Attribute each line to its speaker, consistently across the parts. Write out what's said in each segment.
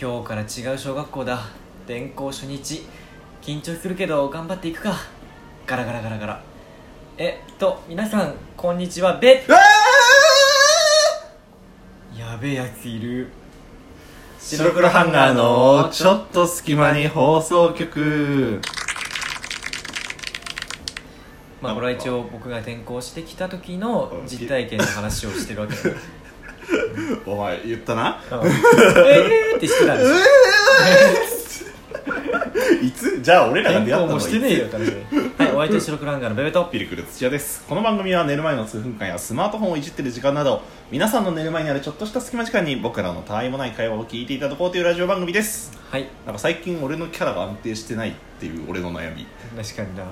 Speaker 1: 今日から違う小学校だ転校初日緊張するけど頑張っていくかガラガラガラガラえっと皆さんこんにちはべやべえやついる
Speaker 2: 白黒ハンガーのちょっと隙間に放送局
Speaker 1: まあこれは一応僕が転校してきた時の実体験の話をしてるわけだ
Speaker 2: お前言ったな
Speaker 1: うんえーってしてたんでしょ
Speaker 2: いつじゃあ俺らが
Speaker 1: 転
Speaker 2: 出会
Speaker 1: 校
Speaker 2: ったの
Speaker 1: もしてねえよって話ではいお相手白黒ハンガーのベベと
Speaker 2: ピリクル土屋ですこの番組は寝る前の数分間やスマートフォンをいじってる時間など皆さんの寝る前にあるちょっとした隙間時間に僕らのたわいもない会話を聞いていただこうというラジオ番組です
Speaker 1: はい
Speaker 2: なんか最近俺のキャラが安定してないっていう俺の悩み
Speaker 1: 確かにな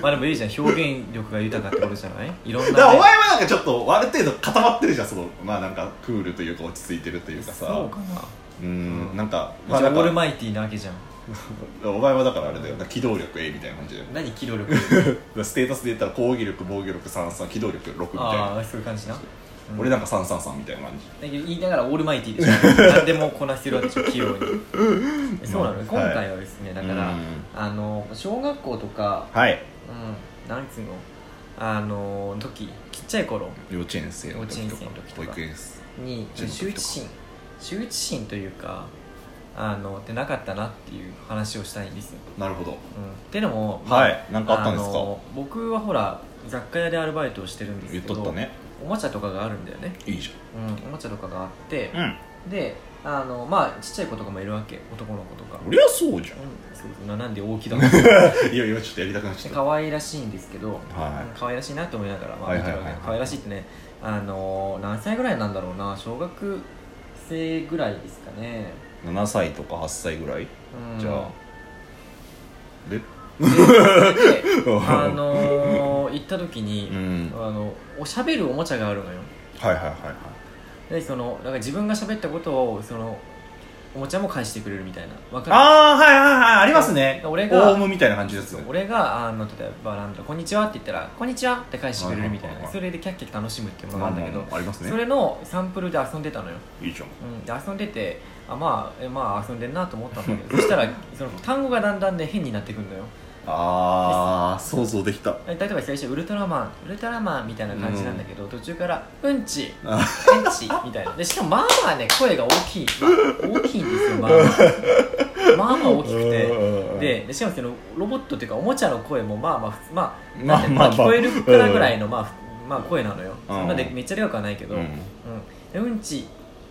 Speaker 1: まあでもいいじゃん表現力が豊かってことじゃないいろん
Speaker 2: だから
Speaker 1: な、
Speaker 2: お
Speaker 1: ね、
Speaker 2: 前はなんかちょっとある程度固まってるじゃんそのまあなんかクールというか落ち着いてるというかさ
Speaker 1: そうか
Speaker 2: うーんなんか,、ま
Speaker 1: な
Speaker 2: あ、
Speaker 1: じゃあ
Speaker 2: なん
Speaker 1: オ
Speaker 2: か
Speaker 1: ールマイティーなわけじゃん
Speaker 2: お前はだからあれだよな機動力 A みたいな感じだよね
Speaker 1: 何機動力
Speaker 2: だからステータスで言ったら攻撃力防御力三三機動力6みたい
Speaker 1: あ
Speaker 2: な
Speaker 1: あそういう感じなだうん
Speaker 2: 俺なんか三三三みたいな感じ
Speaker 1: けど言いながらオールマイティーでしょ 何でもこなしてるわけでしょ器用に そうなの、
Speaker 2: はい
Speaker 1: 今回はですねだから、
Speaker 2: うん
Speaker 1: あの小学校とか
Speaker 2: はい
Speaker 1: うんなんつうのあの時ちっちゃい頃
Speaker 2: 幼稚園生の時とか
Speaker 1: 幼稚園生の時と
Speaker 2: 保
Speaker 1: か
Speaker 2: 育園生
Speaker 1: に
Speaker 2: 中学とか
Speaker 1: 羞恥心羞恥心というかあのってなかったなっていう話をしたいんですよ
Speaker 2: なるほど
Speaker 1: うんってのも、
Speaker 2: はいなんかあったんですか
Speaker 1: の僕はほら雑貨屋でアルバイトをしてるんですけ
Speaker 2: 言っ
Speaker 1: ど
Speaker 2: とったね
Speaker 1: おもちゃとかがあるんだよね、
Speaker 2: いいじ
Speaker 1: うん、おもちゃとかがあって
Speaker 2: ゃ、んうん
Speaker 1: であのまあちっちゃい子とかもいるわけ男の子とか、うん、
Speaker 2: 俺はそうじゃ
Speaker 1: そうそうななんで大きだで
Speaker 2: んいやいやちょっとやりたくなっちゃった
Speaker 1: 可愛らしいんですけど、
Speaker 2: は
Speaker 1: 可愛らしいなと思いながら、まあ、
Speaker 2: はい
Speaker 1: 見
Speaker 2: は
Speaker 1: てる
Speaker 2: いはい
Speaker 1: わけ可愛らしいってねあの何歳ぐらいなんだろうな小学生ぐらいですかね、
Speaker 2: い7歳とか8歳ぐらい
Speaker 1: うん、
Speaker 2: じゃあで
Speaker 1: であ
Speaker 2: あ
Speaker 1: のー行った時に、
Speaker 2: うん
Speaker 1: あのおしゃべるおもちゃがあるのよ
Speaker 2: はいはいはいはい
Speaker 1: でそのなんか自分が喋ったことをそのおもちゃも返してくれるみたいなわかる
Speaker 2: ああはいはいはいありますね
Speaker 1: 俺が
Speaker 2: オウムみたいな感じですよ
Speaker 1: 俺があの例えばなんだこんにちは」って言ったら「こんにちは」って返してくれるみたい
Speaker 2: はい
Speaker 1: な
Speaker 2: はいはいはい
Speaker 1: それでキャッキャッ楽しむっていうものなんだけど
Speaker 2: あります
Speaker 1: それのサンプルで遊んでたのよ、
Speaker 2: いいじゃん
Speaker 1: うん、で遊んでてあまあえまあ遊んでんなと思ったんだ けどそしたらその単語がだんだんね変になってくるのよ
Speaker 2: ああ想像できた
Speaker 1: え例えば最初「ウルトラマン」「ウルトラマン」みたいな感じなんだけど、途中から「うんち」
Speaker 2: あ
Speaker 1: ペンチみたいなでしかもまあまあね声が大きい、まあ大きいんですよ まあまあまあまあ大きくてででしかもそのロボットっていうかおもちゃの声もまあまあふまあなんて
Speaker 2: まあまあ
Speaker 1: まあ聞こえるくらいぐらいのまあふまあ声なのよ
Speaker 2: うん
Speaker 1: そんなでめっちゃでかくはないけど、
Speaker 2: う
Speaker 1: うんんでうんち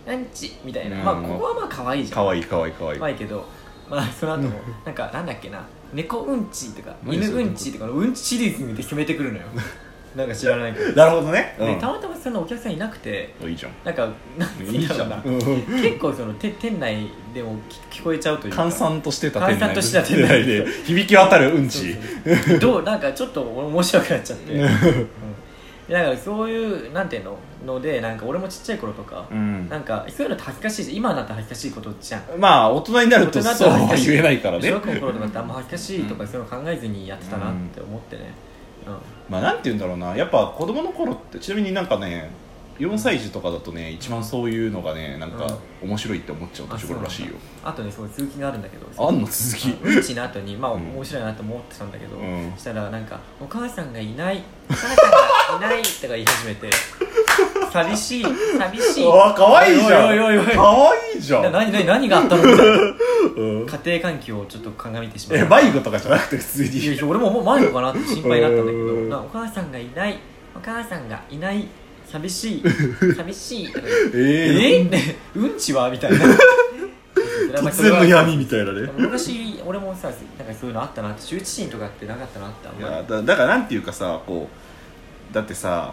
Speaker 1: うんちみたいな、
Speaker 2: うん
Speaker 1: まあここはまあ可愛いじゃん
Speaker 2: かわいいかわいいかわいい
Speaker 1: 可愛いけどまあその後もなんかなんだっけな猫うんちとか
Speaker 2: 何
Speaker 1: 犬
Speaker 2: それ
Speaker 1: うんちとかのうんちシリーズに決めてくる のよなんか知らないけど、
Speaker 2: なるほどね
Speaker 1: でたまたまそのお客さんいなくて
Speaker 2: うんいいじゃん
Speaker 1: なんか、なんて
Speaker 2: い
Speaker 1: 言
Speaker 2: い
Speaker 1: うんだ
Speaker 2: じ
Speaker 1: ろ
Speaker 2: ゃ。
Speaker 1: うなん
Speaker 2: うん
Speaker 1: 結構そのて店内でも聞聞こえちゃうというか
Speaker 2: 閑散としてた
Speaker 1: 閑散としてた店内
Speaker 2: で響き渡るうん
Speaker 1: そう
Speaker 2: ち
Speaker 1: そうどうなんかちょっと面白くなっちゃって、うんでなんかそういうなんていうののでなんか俺もちっちゃい頃とか、
Speaker 2: うん
Speaker 1: なんかそういうのって恥ずかしいし今になったら恥ずかしいことじゃん
Speaker 2: まあ大人になると
Speaker 1: 大人だと
Speaker 2: そう
Speaker 1: 恥ず
Speaker 2: は
Speaker 1: かしい
Speaker 2: 言えないからね
Speaker 1: 小学校の頃とかってあんま恥ずかしいとかそういうの考えずにやってたなって思ってね、うん
Speaker 2: まあなんて言うんだろうなやっぱ子供の頃ってちなみになんかね4歳児とかだとね一番そういうのがねなんか面白いって思っちゃう年頃らしいよ
Speaker 1: あとねそう続きがあるんだけど
Speaker 2: あんの続き
Speaker 1: うんちの後にまあ
Speaker 2: うん
Speaker 1: 面白いなと思ってたんだけど、
Speaker 2: うん
Speaker 1: そしたらなんか「お母さんがいないお母さんがいない」とか言い始めて「寂しい寂しい」
Speaker 2: あーかわいいじゃん
Speaker 1: おいおいおいおい
Speaker 2: かわいいじゃ
Speaker 1: なん何何何があったのみたい
Speaker 2: うん
Speaker 1: な家庭環境をちょっと鑑みてしま
Speaker 2: え
Speaker 1: う
Speaker 2: 迷子とかじゃなくて普通
Speaker 1: いやい
Speaker 2: に
Speaker 1: や俺ももう迷子かなって心配だったんだけど
Speaker 2: うん
Speaker 1: なお母さんがいないお母さんがいない寂 しい寂しいとか
Speaker 2: え
Speaker 1: 言ってえ ねうんちはみたいな
Speaker 2: 突然の闇みたいなね
Speaker 1: 昔俺もさなんかそういうのあったなって羞恥心とかってなかったなってあん
Speaker 2: い
Speaker 1: ま
Speaker 2: や
Speaker 1: り
Speaker 2: だだからなんていうかさこうだってさ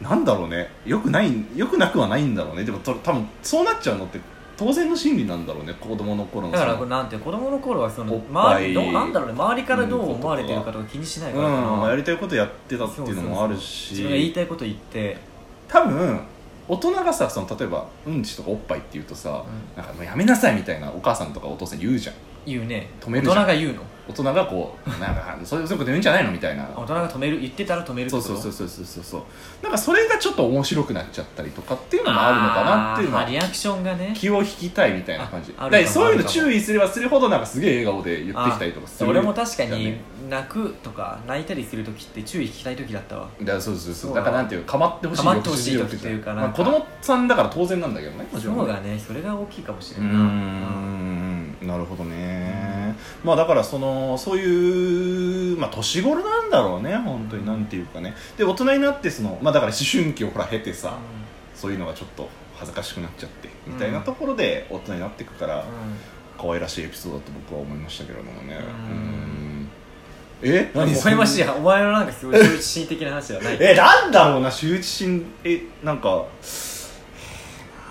Speaker 2: なんだろうねよくないよくなくはないんだろうねでもと多分そうなっちゃうのって当然の心理なんだろうね子供の頃の
Speaker 1: だか
Speaker 2: そ
Speaker 1: ら
Speaker 2: の
Speaker 1: これなんて子供の頃はその
Speaker 2: おっぱ
Speaker 1: 周
Speaker 2: い
Speaker 1: りどうなんだろうね周りからどう思われてるかとか気にしないからかな、
Speaker 2: うん、やりたいことやってたっていうのもあるし
Speaker 1: 自分が言いたいこと言って
Speaker 2: 多分大人がさその例えばうんちとかおっぱいって言うとさ、なんかもうやめなさいみたいなお母さんとかお父さん言うじゃん
Speaker 1: 言うね
Speaker 2: 止める
Speaker 1: 大
Speaker 2: じゃん
Speaker 1: 人が言うの
Speaker 2: 大人がこうなんかそれそれでいいんじゃないのみたいな
Speaker 1: 大人が止める言ってたら止めるって
Speaker 2: そ
Speaker 1: こ
Speaker 2: う
Speaker 1: と
Speaker 2: そうそうそうそうそうそうなんかそれがちょっと面白くなっちゃったりとかっていうのもあるのかなっていう
Speaker 1: あーま
Speaker 2: の
Speaker 1: あ
Speaker 2: は
Speaker 1: リアクションがね
Speaker 2: 気を引きたいみたいな感じ
Speaker 1: ああ
Speaker 2: だ
Speaker 1: るかも
Speaker 2: からそういう
Speaker 1: あるか
Speaker 2: の
Speaker 1: も
Speaker 2: 注意すればするほどなんかすげえ笑顔で言ってきたりとかする
Speaker 1: あ俺も確か
Speaker 2: だ
Speaker 1: に
Speaker 2: ね
Speaker 1: 泣くとか泣いたりする時って注意聞きたい時だったわ
Speaker 2: だからそうそうそう
Speaker 1: そう
Speaker 2: だからなんていうかかまってほしい
Speaker 1: 構ってほしい時というか
Speaker 2: まあ
Speaker 1: なんか
Speaker 2: 子供さんだから当然なんだけどねもちろん
Speaker 1: そうだねそれが大きいかもしれ
Speaker 2: うー
Speaker 1: ないなうん
Speaker 2: んなるほどね、まあだからそのそういう、まあ、年頃なんだろうね本当になんていうかねで大人になってそのまあだから思春期をほら経てさ、そういうのがちょっと恥ずかしくなっちゃってみたいなところで大人になっていくから、可愛らしいエピソードだと僕は思いましたけれどもねう
Speaker 1: うん
Speaker 2: んえ
Speaker 1: うん、
Speaker 2: 何
Speaker 1: お前ましい
Speaker 2: そんな
Speaker 1: やお前のなんかすごい中心的な話じゃない
Speaker 2: えなんだろうな羞恥心えなんか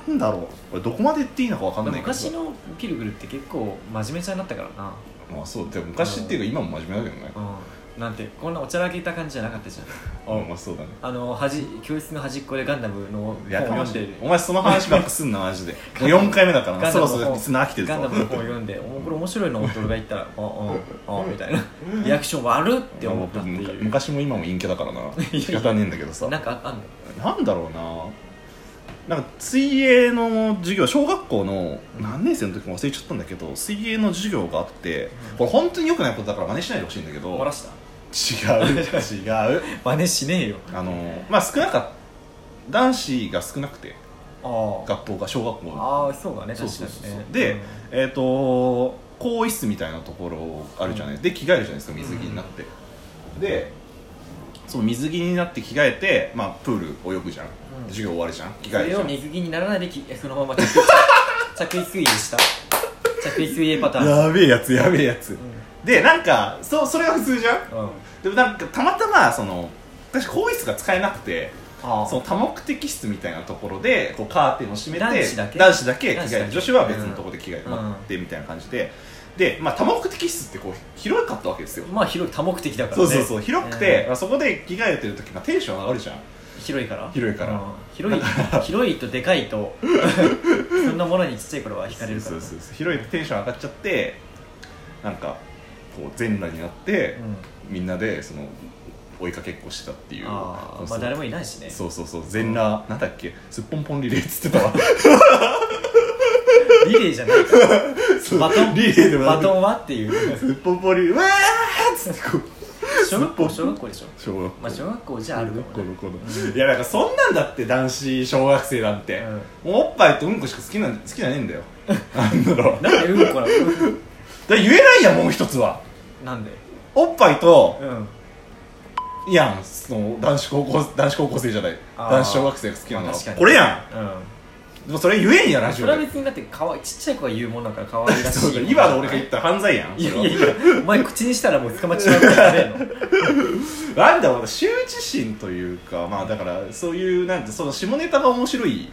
Speaker 2: なんだろう俺どこまで言っていいのかわかんないけど
Speaker 1: 昔のピルグルって結構真面目ちゃになったからな、
Speaker 2: まあそうでも昔っていうか今も真面目だけどね
Speaker 1: うん、なんてこんなおちゃらけた感じじゃなかったじゃん
Speaker 2: あまあそうだね
Speaker 1: あの端教室の端っこでガンダムの本を
Speaker 2: いや
Speaker 1: 読ん
Speaker 2: し
Speaker 1: で
Speaker 2: いお前その話ばっかすんなマジでもう4回目だから
Speaker 1: ガ
Speaker 2: な
Speaker 1: ン
Speaker 2: そ
Speaker 1: ダム
Speaker 2: ろ
Speaker 1: の
Speaker 2: そ
Speaker 1: 本
Speaker 2: ろ砂飽きてるぞ
Speaker 1: ガンダムの本を読んで「おこれ面白いの?」って俺が言ったら「ああああ」みたいなリアクション悪っって思ったって
Speaker 2: いやもう
Speaker 1: いう
Speaker 2: 昔も今も陰キャだからな仕方ねえんだけどさ
Speaker 1: なんかあんの
Speaker 2: なんだろうななんか水泳の授業小学校の何年生の時も忘れちゃったんだけど水泳の授業があってこれ本当に良くないことだから真似しないでほしいんだけど
Speaker 1: 漏らした
Speaker 2: 違う違う
Speaker 1: 真似しねえよ
Speaker 2: あのまあ少なかった男子が少なくて
Speaker 1: ああ
Speaker 2: 学校が小学校の
Speaker 1: ああそうだね
Speaker 2: そう
Speaker 1: 確
Speaker 2: そ
Speaker 1: か
Speaker 2: うそう
Speaker 1: にね
Speaker 2: で、えっ、と更衣室みたいなところあるじゃない、で着替えるじゃないですか水着になって、でその水着になって着替えて、まあ、プール泳ぐじゃん、
Speaker 1: うん
Speaker 2: 授業終わるじゃん着
Speaker 1: そ
Speaker 2: 替える
Speaker 1: れ
Speaker 2: じゃ
Speaker 1: を
Speaker 2: ん
Speaker 1: 水着にならないでき そのまま着衣着衣水泳 した着衣水泳パターン
Speaker 2: やべえやつやべえやつ、でなんかそそれが普通じゃん
Speaker 1: うんうん
Speaker 2: でもなんかたまたまその私更衣室が使えなくて
Speaker 1: あ
Speaker 2: その多目的室みたいなところでこうカーテンを閉めて
Speaker 1: 男子だけ
Speaker 2: 子だけ着替え
Speaker 1: 男子だ
Speaker 2: る
Speaker 1: け
Speaker 2: 女子は別のところで着替えて待ってみたいな感じで、で、まあ、多目的室ってこう広かったわけですよ
Speaker 1: まあ広い多目的だから
Speaker 2: そ
Speaker 1: ね
Speaker 2: うそうそう広くて、まあそこで着替えてる時、まあ、テンション上がるじゃん
Speaker 1: うん広いから
Speaker 2: 広いから
Speaker 1: うん広い広いとでかいと そんなものにちっちゃい頃は惹かれるから
Speaker 2: そう
Speaker 1: ね
Speaker 2: そうそう広いとテンション上がっちゃってなんかこう全裸になって、
Speaker 1: うん
Speaker 2: みんなでその追いかけっこしてたっていう
Speaker 1: あ
Speaker 2: そ
Speaker 1: あ
Speaker 2: う
Speaker 1: まあ誰もいないしね
Speaker 2: そうそうそう全裸なんだっけすっぽんぽんリレーっつってたわ
Speaker 1: リレーじゃないから
Speaker 2: そ う
Speaker 1: バトン
Speaker 2: リレーでもな
Speaker 1: バ
Speaker 2: く
Speaker 1: トンはって いう
Speaker 2: すっぽんぽんリレーうわーっつってこう
Speaker 1: 小学校小学校でしょ
Speaker 2: 小学校
Speaker 1: まあ小学校じゃあるか
Speaker 2: 小
Speaker 1: もね
Speaker 2: 学校の頃いやなんかそんなんだって男子小学生なんて、もうおっぱいとうんこしか好きなん好きじゃね えんだよなんだろう
Speaker 1: なんでうんこなの
Speaker 2: だから言えないやもう一つは
Speaker 1: なんで
Speaker 2: おっぱいと
Speaker 1: うん
Speaker 2: いやんその男子高校男子高校生じゃない
Speaker 1: あー
Speaker 2: 男子小学生が好きなのは
Speaker 1: 確かに
Speaker 2: これや
Speaker 1: うん
Speaker 2: んでもそれ言えんやラジ
Speaker 1: そ
Speaker 2: オ
Speaker 1: れは
Speaker 2: で
Speaker 1: 別にだってかわいちっちゃい子が言うもんだから可愛ら
Speaker 2: そう
Speaker 1: し
Speaker 2: だ
Speaker 1: い
Speaker 2: 今の俺が言ったら犯罪やん
Speaker 1: い
Speaker 2: そ
Speaker 1: や
Speaker 2: れ
Speaker 1: い
Speaker 2: は
Speaker 1: やいやお前口にしたらもう捕まっちまうからねえの
Speaker 2: なんだろうな羞恥心というかまあだからそういうなんてその下ネタが面白い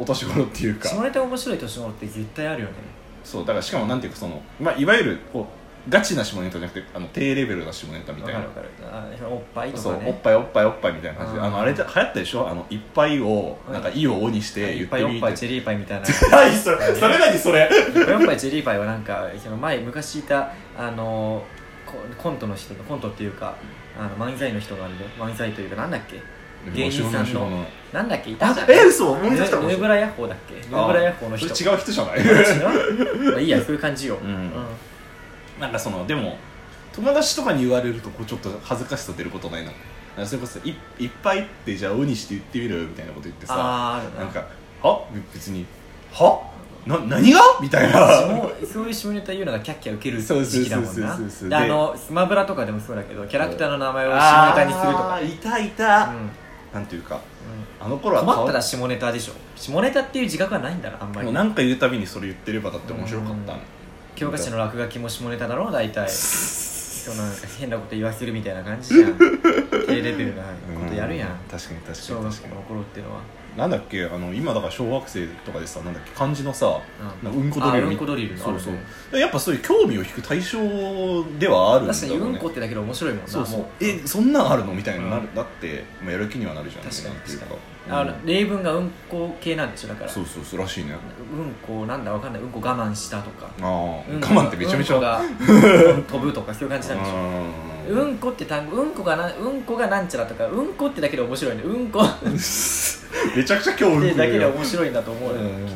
Speaker 2: お年頃っていうか
Speaker 1: 下ネタ面白い年頃って絶対あるよね
Speaker 2: そうだからしかもなんていうかその、まあ、いわゆるこうガチな下ネタじゃなくてあの低レベルな下ネタみ
Speaker 1: わ
Speaker 2: たい
Speaker 1: か
Speaker 2: な
Speaker 1: るわかるあおっぱいと
Speaker 2: そ
Speaker 1: か
Speaker 2: うおっ
Speaker 1: ね
Speaker 2: ぱいおっぱいおっぱいみたいな感じで
Speaker 1: うん
Speaker 2: あのあれで流行ったでしょあのいっぱいをなんか「い」を「お」にして
Speaker 1: い
Speaker 2: 言
Speaker 1: っ
Speaker 2: っ
Speaker 1: ぱ
Speaker 2: て
Speaker 1: いお
Speaker 2: み
Speaker 1: っぱい
Speaker 2: て
Speaker 1: チェリーパイみたいな
Speaker 2: 何それそれ何それ
Speaker 1: やっぱりジェリーパイはなんかその前昔いたあのココントの人のコントっていうかあの漫才の人があるね漫才というかなんだっけ芸人さんのなんだっけいたじゃん
Speaker 2: え嘘思
Speaker 1: ヌ
Speaker 2: い出した
Speaker 1: ー
Speaker 2: も
Speaker 1: ヌーブラヤッホーだっけヌーブラヤッホーの人
Speaker 2: それ違う人じゃない
Speaker 1: 違うまあいいやそういう感じよ、
Speaker 2: うん
Speaker 1: うん
Speaker 2: なんかそのでも友達とかに言われるとこうちょっと恥ずかしさ出ることないななんかそれこそい「いっぱい」ってじゃあ「お」にして言ってみるみたいなこと言ってさ
Speaker 1: あーある
Speaker 2: なんか「は別に「はな何が?」みたいな
Speaker 1: 下そういう下ネタ言うのがキャッキャウケる
Speaker 2: そうそうそ
Speaker 1: 時
Speaker 2: う
Speaker 1: 期だもんな
Speaker 2: そうそうそう
Speaker 1: であのスマブラとかでもそうだけどキャラクターの名前を下ネタにするとか
Speaker 2: あ
Speaker 1: ね
Speaker 2: ーいたい
Speaker 1: うん
Speaker 2: た、
Speaker 1: うん
Speaker 2: なんていうかあの頃は
Speaker 1: 困ったら下ネタでしょ下ネタっていう自覚はないんだなあんま
Speaker 2: も
Speaker 1: り
Speaker 2: う何か言うたびにそれ言ってればだって面白かった
Speaker 1: うん教科書の落書きも下ネタだろう大体そのなんか変なこと言わせる みたいな感じじゃん低レベルなことやるやん
Speaker 2: う確かに確か
Speaker 1: 小
Speaker 2: に
Speaker 1: 学
Speaker 2: 確
Speaker 1: 校
Speaker 2: かに
Speaker 1: の頃っていうのは
Speaker 2: なんだっけあの今だから小学生とかでさなんだっけ漢字のさ
Speaker 1: う
Speaker 2: なんんかうんこドリル
Speaker 1: あう
Speaker 2: み
Speaker 1: んこドリル
Speaker 2: そうそ
Speaker 1: ある
Speaker 2: う
Speaker 1: ね
Speaker 2: でやっぱそういう興味を引く対象ではあるんだろうね
Speaker 1: 確かにうんこってだけで面白いもんな
Speaker 2: そうそう
Speaker 1: も
Speaker 2: えそんなんあるのみたいになる、
Speaker 1: う
Speaker 2: だって、まあ、やる気にはなるじゃん
Speaker 1: 確かに
Speaker 2: なんていうか
Speaker 1: あ
Speaker 2: うん
Speaker 1: 例文がうんこ系なんでしょだから
Speaker 2: そうそうそうらしいね
Speaker 1: うんこなんだわかんないうんこ我慢したとかう
Speaker 2: ああ、
Speaker 1: ん
Speaker 2: 我慢ってめちゃめちゃ、
Speaker 1: うんこがうんこ飛ぶとかそういう感じなんでしょ
Speaker 2: う
Speaker 1: うんこって単語うんこがなうんこがなんちゃらとかうんこってだけで面白いねうんこっ
Speaker 2: ん、めちゃくちゃ今日うんこ
Speaker 1: てだけで
Speaker 2: よ
Speaker 1: 面白いんだと思うよ
Speaker 2: うん
Speaker 1: きっ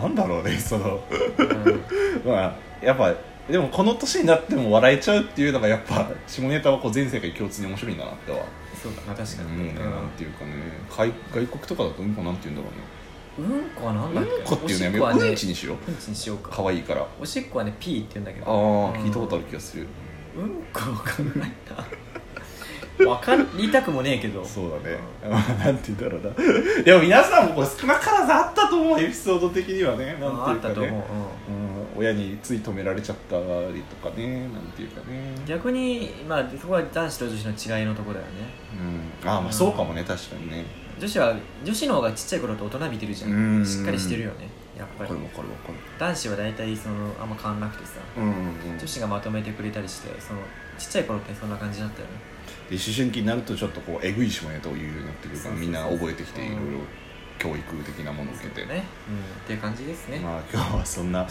Speaker 2: なんだろうねその
Speaker 1: と、うん
Speaker 2: まあやっぱでもこの年になっても笑えちゃうっていうのがやっぱ下ネタはこう全世界共通に面白いんだなっては
Speaker 1: そうだな確か
Speaker 2: う
Speaker 1: に、
Speaker 2: ん、なんていうかね外外国とかだとうんこなんて言うんだろうね
Speaker 1: うん、うんこはなんだっけ
Speaker 2: うんこって
Speaker 1: お
Speaker 2: いうのや
Speaker 1: し
Speaker 2: め
Speaker 1: っこ
Speaker 2: よ
Speaker 1: は
Speaker 2: う、
Speaker 1: ね
Speaker 2: うんちにしよう
Speaker 1: うんちにしようか
Speaker 2: 可愛いからあ
Speaker 1: おしっこはねピーって言うんだけど
Speaker 2: あ
Speaker 1: うん
Speaker 2: ー聞いたことある気がする
Speaker 1: うんこわかんないなわかりたくもねえけど
Speaker 2: そうだね、 なんて言うんだろうな でも皆さんもこれ少なからずあったと思うエピソード的にはね
Speaker 1: うん
Speaker 2: な
Speaker 1: あ
Speaker 2: ん
Speaker 1: ってた
Speaker 2: いう
Speaker 1: と
Speaker 2: か
Speaker 1: 思う、
Speaker 2: ねうん、親につい止められちゃったりとかねなんていうかね
Speaker 1: うん、逆にまあそこは男子と女子の違いのとこだよね
Speaker 2: うん、ああまあそうかもね確かにね
Speaker 1: 女子は女子の方がちっちゃい頃と大人びてるじゃん、
Speaker 2: うん
Speaker 1: しっかりしてるよねやっぱり
Speaker 2: かるわか
Speaker 1: 男子は大体そのあんま変わんなくてさ
Speaker 2: るうん、うんうん、で
Speaker 1: 女子がまとめてくれたりしてそのちっちゃい頃ってそんな感じだったよね
Speaker 2: 思春期になるとちょっとこうえぐい下ネタを言うようになってくるからみんな覚えてきていろいろ教育的なものを受け
Speaker 1: ね、
Speaker 2: て
Speaker 1: うん、っていう感じですね、
Speaker 2: まあ今日はそんな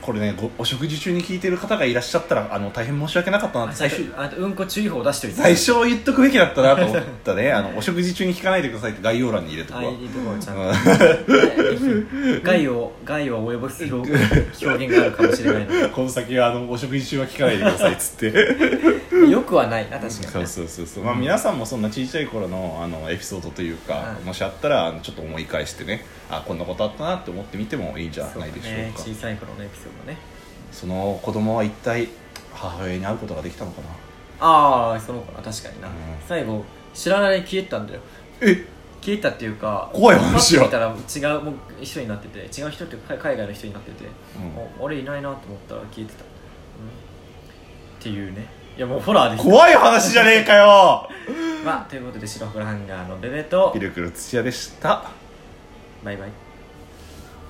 Speaker 2: これねごお食事中に聞いてる方がいらっしゃったらあの大変申し訳なかったなっ
Speaker 1: あ
Speaker 2: て
Speaker 1: 最
Speaker 2: 最初
Speaker 1: 初あとうんこ注意報出しといて
Speaker 2: 最初言っとくべきだったなと思った ねあのお食事中に聞かないでくださいって概要欄に入れとく
Speaker 1: あ
Speaker 2: わ
Speaker 1: いいところちゃんと
Speaker 2: うん
Speaker 1: ね 害を害を及ぼす表表現があるかもしれないので
Speaker 2: この先はあのお食事中は聞かないでくださいっつ って
Speaker 1: よくはないな確か
Speaker 2: そ
Speaker 1: に
Speaker 2: う
Speaker 1: ね
Speaker 2: そうそうそう、まあ、皆さんもそんな小さい頃のあのエピソードというか、
Speaker 1: うん
Speaker 2: もしあったらあのちょっと思い返してねあこんなことあったなって思ってみてもいいんじゃ
Speaker 1: そう
Speaker 2: な
Speaker 1: だ
Speaker 2: いでしょ
Speaker 1: ね
Speaker 2: うかそ
Speaker 1: 小さい頃のエピソードね
Speaker 2: の子供は一体母親に会うことができたのかな
Speaker 1: ああその子な確かにな、
Speaker 2: うん
Speaker 1: 最後知らない消えたんだよ
Speaker 2: え
Speaker 1: 消えたっていうか
Speaker 2: 怖い話や
Speaker 1: パッと見たら違うもう人になってて違う人っていうか海海外の人になってて、お俺いないなと思ったら消えてた、うん、っていうねいやもうホラーです
Speaker 2: 怖い話じゃねえかよ
Speaker 1: まあということで白黒ハンガーのベベと
Speaker 2: ピルクル土屋でした
Speaker 1: バイバイ